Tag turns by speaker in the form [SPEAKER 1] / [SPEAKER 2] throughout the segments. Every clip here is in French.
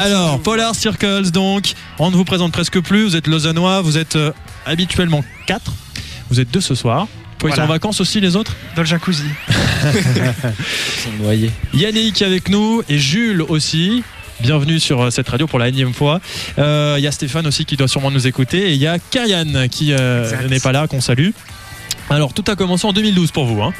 [SPEAKER 1] Alors, Polar Circles, donc, on ne vous présente presque plus. Vous êtes lausannois, vous êtes euh, habituellement 4. Vous êtes deux ce soir. Vous êtes
[SPEAKER 2] Voilà.
[SPEAKER 1] en vacances aussi, les autres
[SPEAKER 2] Dans le jacuzzi.
[SPEAKER 3] Noyé.
[SPEAKER 1] Yannick est avec nous et Jules aussi. Bienvenue sur euh, cette radio pour la énième fois. Euh, Il y a Stéphane aussi qui doit sûrement nous écouter et il y a Karian qui euh,
[SPEAKER 2] Exact.
[SPEAKER 1] n'est pas là, qu'on salue. Alors tout a commencé en 2012 pour vous. Hein.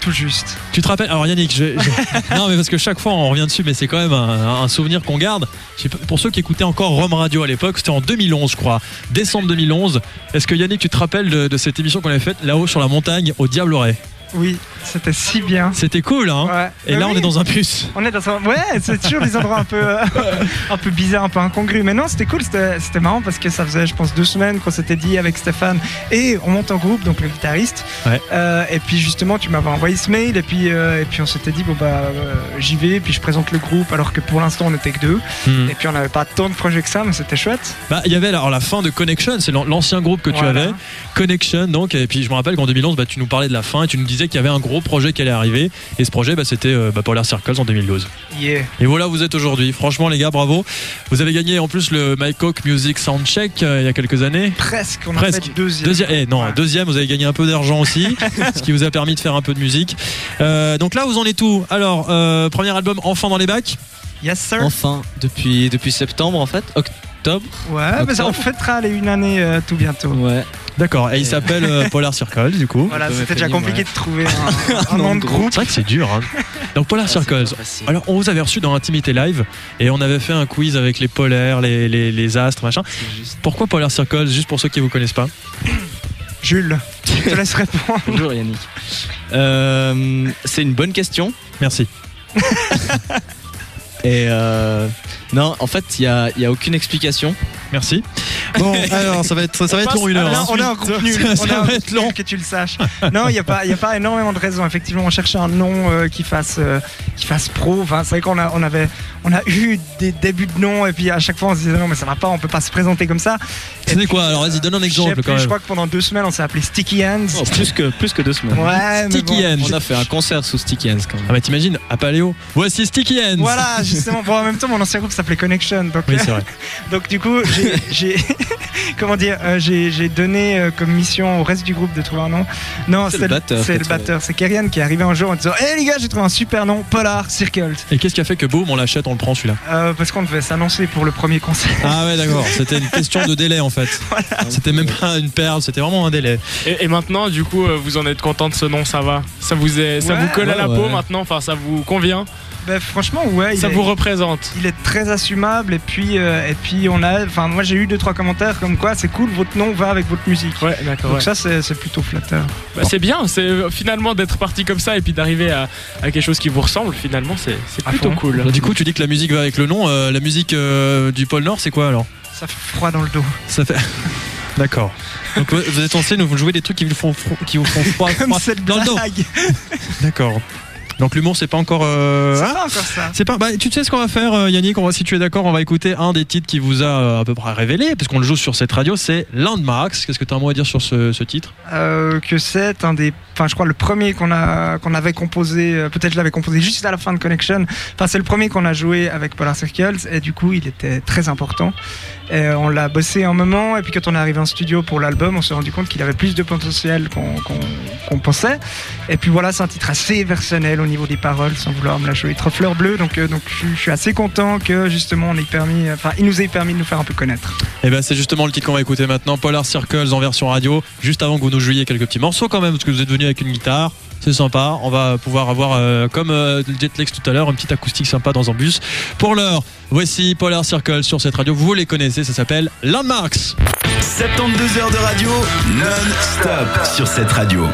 [SPEAKER 2] Tout juste.
[SPEAKER 1] Tu te rappelles Alors Yannick, je, je- non mais parce que chaque fois on revient dessus, mais c'est quand même un, un souvenir qu'on garde. Je sais pas- Pour ceux qui écoutaient encore Rome Radio à l'époque, c'était en 2011 je crois, décembre 2011. Est-ce que Yannick, tu te rappelles de, de cette émission qu'on avait faite là-haut sur la montagne au Diableret
[SPEAKER 2] Oui, c'était si bien.
[SPEAKER 1] C'était cool, hein
[SPEAKER 2] Ouais.
[SPEAKER 1] Et
[SPEAKER 2] Mais
[SPEAKER 1] là on
[SPEAKER 2] oui,
[SPEAKER 1] est dans un bus.
[SPEAKER 2] On est dans un... Ouais, c'est toujours des endroits un peu, euh, un peu bizarres, un peu incongrus. Mais non, c'était cool, c'était c'était marrant parce que ça faisait, je pense, deux semaines qu'on s'était dit avec Stéphane et on monte en groupe, donc le guitariste.
[SPEAKER 1] Ouais.
[SPEAKER 2] Euh, et puis justement, tu m'avais envoyé ce mail et puis, euh, et puis on s'était dit, bon bah euh, j'y vais, puis je présente le groupe alors que pour l'instant on était que deux.
[SPEAKER 1] Hmm.
[SPEAKER 2] Et puis on n'avait pas tant de projets que ça, mais c'était chouette.
[SPEAKER 1] Bah, il y avait alors la fin de Connection, c'est l'an- l'ancien groupe que tu
[SPEAKER 2] Voilà.
[SPEAKER 1] avais, Connection donc, et puis je me rappelle qu'en 2011, bah, tu nous parlais de la fin et tu nous disais qu'il y avait un gros projet qui allait arriver, et ce projet bah, c'était euh, bah, Polar Circles en 2012.
[SPEAKER 2] Yeah.
[SPEAKER 1] Et voilà où vous êtes aujourd'hui, franchement les gars, bravo. Vous avez gagné en plus le Mycock Music Soundcheck euh, il y a quelques années.
[SPEAKER 2] Presque, on a
[SPEAKER 1] Presque.
[SPEAKER 2] fait deuxième.
[SPEAKER 1] Deuxième, eh, non,
[SPEAKER 2] Ouais.
[SPEAKER 1] deuxième, vous avez gagné un peu d'argent aussi, ce qui vous a permis de faire un peu de musique. Euh, donc là, vous en êtes tout. Alors, euh, premier album, Enfant dans les bacs.
[SPEAKER 2] Yes, sir.
[SPEAKER 3] Enfin, depuis, depuis septembre en fait, octobre.
[SPEAKER 2] Ouais, mais ça, on
[SPEAKER 3] Octobre.
[SPEAKER 2] fêtera les une année euh, tout bientôt.
[SPEAKER 3] Ouais.
[SPEAKER 1] D'accord, et il
[SPEAKER 3] Et-
[SPEAKER 1] s'appelle euh, Polar Circles du coup.
[SPEAKER 2] Voilà,
[SPEAKER 3] Octobre
[SPEAKER 2] c'était déjà
[SPEAKER 3] Féminin,
[SPEAKER 2] compliqué
[SPEAKER 3] ouais.
[SPEAKER 2] de trouver un, un
[SPEAKER 3] Non,
[SPEAKER 2] nom de
[SPEAKER 3] gros.
[SPEAKER 2] groupe.
[SPEAKER 1] C'est vrai que c'est dur. hein. Donc
[SPEAKER 3] Ah,
[SPEAKER 1] Polar Circles, Alors, on vous avait reçu dans Intimité Live et on avait fait un quiz avec les polaires, les, les, les astres, machin. Pourquoi Polar Circles Juste pour ceux qui vous connaissent pas.
[SPEAKER 2] Jules, je te laisse répondre.
[SPEAKER 3] Bonjour Yannick. Euh, c'est une bonne question.
[SPEAKER 1] Merci.
[SPEAKER 3] Et euh, non, en fait, il n'y a, il y a aucune explication.
[SPEAKER 1] Merci. Bon, alors, ça va être, ça va être long une
[SPEAKER 2] Ah,
[SPEAKER 1] heure.
[SPEAKER 2] là,
[SPEAKER 1] hein.
[SPEAKER 2] on a un groupe nul.
[SPEAKER 1] Ça,
[SPEAKER 2] on
[SPEAKER 1] ça
[SPEAKER 2] a un
[SPEAKER 1] va
[SPEAKER 2] groupe
[SPEAKER 1] être long.
[SPEAKER 2] nul, Que tu le saches. Non, il n'y a, pas- il y a pas énormément de raisons. Effectivement, on cherchait un nom euh, qui, fasse, euh, qui fasse pro. Enfin, c'est vrai qu'on a, on avait, on a eu des débuts de noms et puis à chaque fois on se disait non, mais ça va pas, on peut pas se présenter comme ça. Et
[SPEAKER 1] C'était
[SPEAKER 2] puis,
[SPEAKER 1] quoi Alors, vas-y, donne un
[SPEAKER 2] je sais
[SPEAKER 1] exemple,
[SPEAKER 2] plus,
[SPEAKER 1] quand même.
[SPEAKER 2] Je crois que pendant deux semaines on s'est appelé Sticky Hands.
[SPEAKER 3] Oh, plus, que, plus que deux semaines.
[SPEAKER 2] Ouais, mais
[SPEAKER 1] Sticky
[SPEAKER 2] bon.
[SPEAKER 1] Hands.
[SPEAKER 3] On a fait un concert sous Sticky Hands quand
[SPEAKER 1] Ah,
[SPEAKER 3] même.
[SPEAKER 1] bah t'imagines, à Paléo. Voici Sticky Hands.
[SPEAKER 2] Voilà, justement. Bon, en même temps, mon ancien groupe s'appelait Connection. Donc,
[SPEAKER 1] Oui, c'est vrai.
[SPEAKER 2] donc du coup, j'ai- j'ai comment dire, euh, j'ai j'ai donné euh, comme mission au reste du groupe de trouver un nom. Non,
[SPEAKER 3] C'est le batteur
[SPEAKER 2] C'est
[SPEAKER 3] qui
[SPEAKER 2] le
[SPEAKER 3] a trouvé.
[SPEAKER 2] batteur. C'est Kerian qui est arrivé un jour en disant, hé les gars, j'ai trouvé un super nom, Polar Circled,
[SPEAKER 1] Et qu'est-ce qui a fait que boum, on l'achète, on le prend celui-là
[SPEAKER 2] Euh, parce qu'on devait s'annoncer pour le premier concert.
[SPEAKER 1] Ah, ouais, d'accord. C'était une question de délai en fait. C'était même pas une perle, c'était vraiment un délai.
[SPEAKER 4] Et, et maintenant, du coup, euh, vous en êtes content de ce nom, ça va Ça vous, est, ça
[SPEAKER 2] Ouais.
[SPEAKER 4] vous colle à la
[SPEAKER 3] Ouais,
[SPEAKER 4] peau
[SPEAKER 3] ouais.
[SPEAKER 4] maintenant, enfin, ça vous convient,
[SPEAKER 2] Ben, franchement, ouais. il
[SPEAKER 4] ça
[SPEAKER 2] est-
[SPEAKER 4] vous représente.
[SPEAKER 2] il est très assumable et puis euh, et puis on a, enfin moi j'ai eu deux trois commentaires comme quoi c'est cool, votre nom va avec votre musique.
[SPEAKER 4] Ouais, d'accord.
[SPEAKER 2] Donc
[SPEAKER 4] ouais.
[SPEAKER 2] ça c'est c'est plutôt flatteur.
[SPEAKER 4] Bah, c'est bien, c'est euh, finalement d'être parti comme ça et puis d'arriver à, à quelque chose qui vous ressemble, finalement, c'est c'est
[SPEAKER 2] À
[SPEAKER 4] plutôt
[SPEAKER 2] fond.
[SPEAKER 4] cool.
[SPEAKER 1] Alors, Bah, du coup, tu dis que la musique va avec le nom. euh, la musique euh, du pôle Nord, c'est quoi alors
[SPEAKER 2] Ça fait froid dans le dos.
[SPEAKER 1] Ça fait. D'accord. Donc vous- vous êtes en scène, vous jouez des trucs qui vous font fro- qui vous font froid,
[SPEAKER 2] Comme
[SPEAKER 1] froid
[SPEAKER 2] cette
[SPEAKER 1] dans le dos.
[SPEAKER 2] blague.
[SPEAKER 1] D'accord. Donc l'humour c'est pas encore. euh,
[SPEAKER 2] C'est
[SPEAKER 1] hein
[SPEAKER 2] pas encore ça.
[SPEAKER 1] c'est pas. Bah, tu sais ce qu'on va faire, euh, Yannick. On va, si tu es d'accord, on va écouter un des titres qui vous a euh, à peu près révélé, parce qu'on le joue sur cette radio. C'est Landmarks. Qu'est-ce que tu as un mot à dire sur ce, ce titre
[SPEAKER 2] Euh, que c'est un des, enfin je crois le premier qu'on a qu'on avait composé, euh, peut-être je l'avais composé juste à la fin de Connection. Enfin c'est le premier qu'on a joué avec Polar Circles et du coup il était très important. Et euh, on l'a bossé un moment et puis quand on est arrivé en studio pour l'album, on s'est rendu compte qu'il avait plus de potentiel qu'on qu'on qu'on pensait. Et puis voilà c'est un titre assez personnel au niveau des paroles, sans vouloir me la jouer trop fleur bleue. Donc euh, donc je je suis assez content que justement on ait permis, enfin il nous ait permis de nous faire un peu connaître.
[SPEAKER 1] Et ben c'est justement le titre qu'on va écouter maintenant. Polar Circles en version radio. Juste avant que vous nous jouiez quelques petits morceaux quand même, parce que vous êtes venu avec une guitare. C'est sympa. On va pouvoir avoir, euh, comme euh, le Jetlex tout à l'heure, une petite acoustique sympa dans un bus. Pour l'heure, voici Polar Circles sur cette radio. Vous les connaissez, ça s'appelle Landmarks.
[SPEAKER 5] 72 heures de radio non-stop sur cette radio.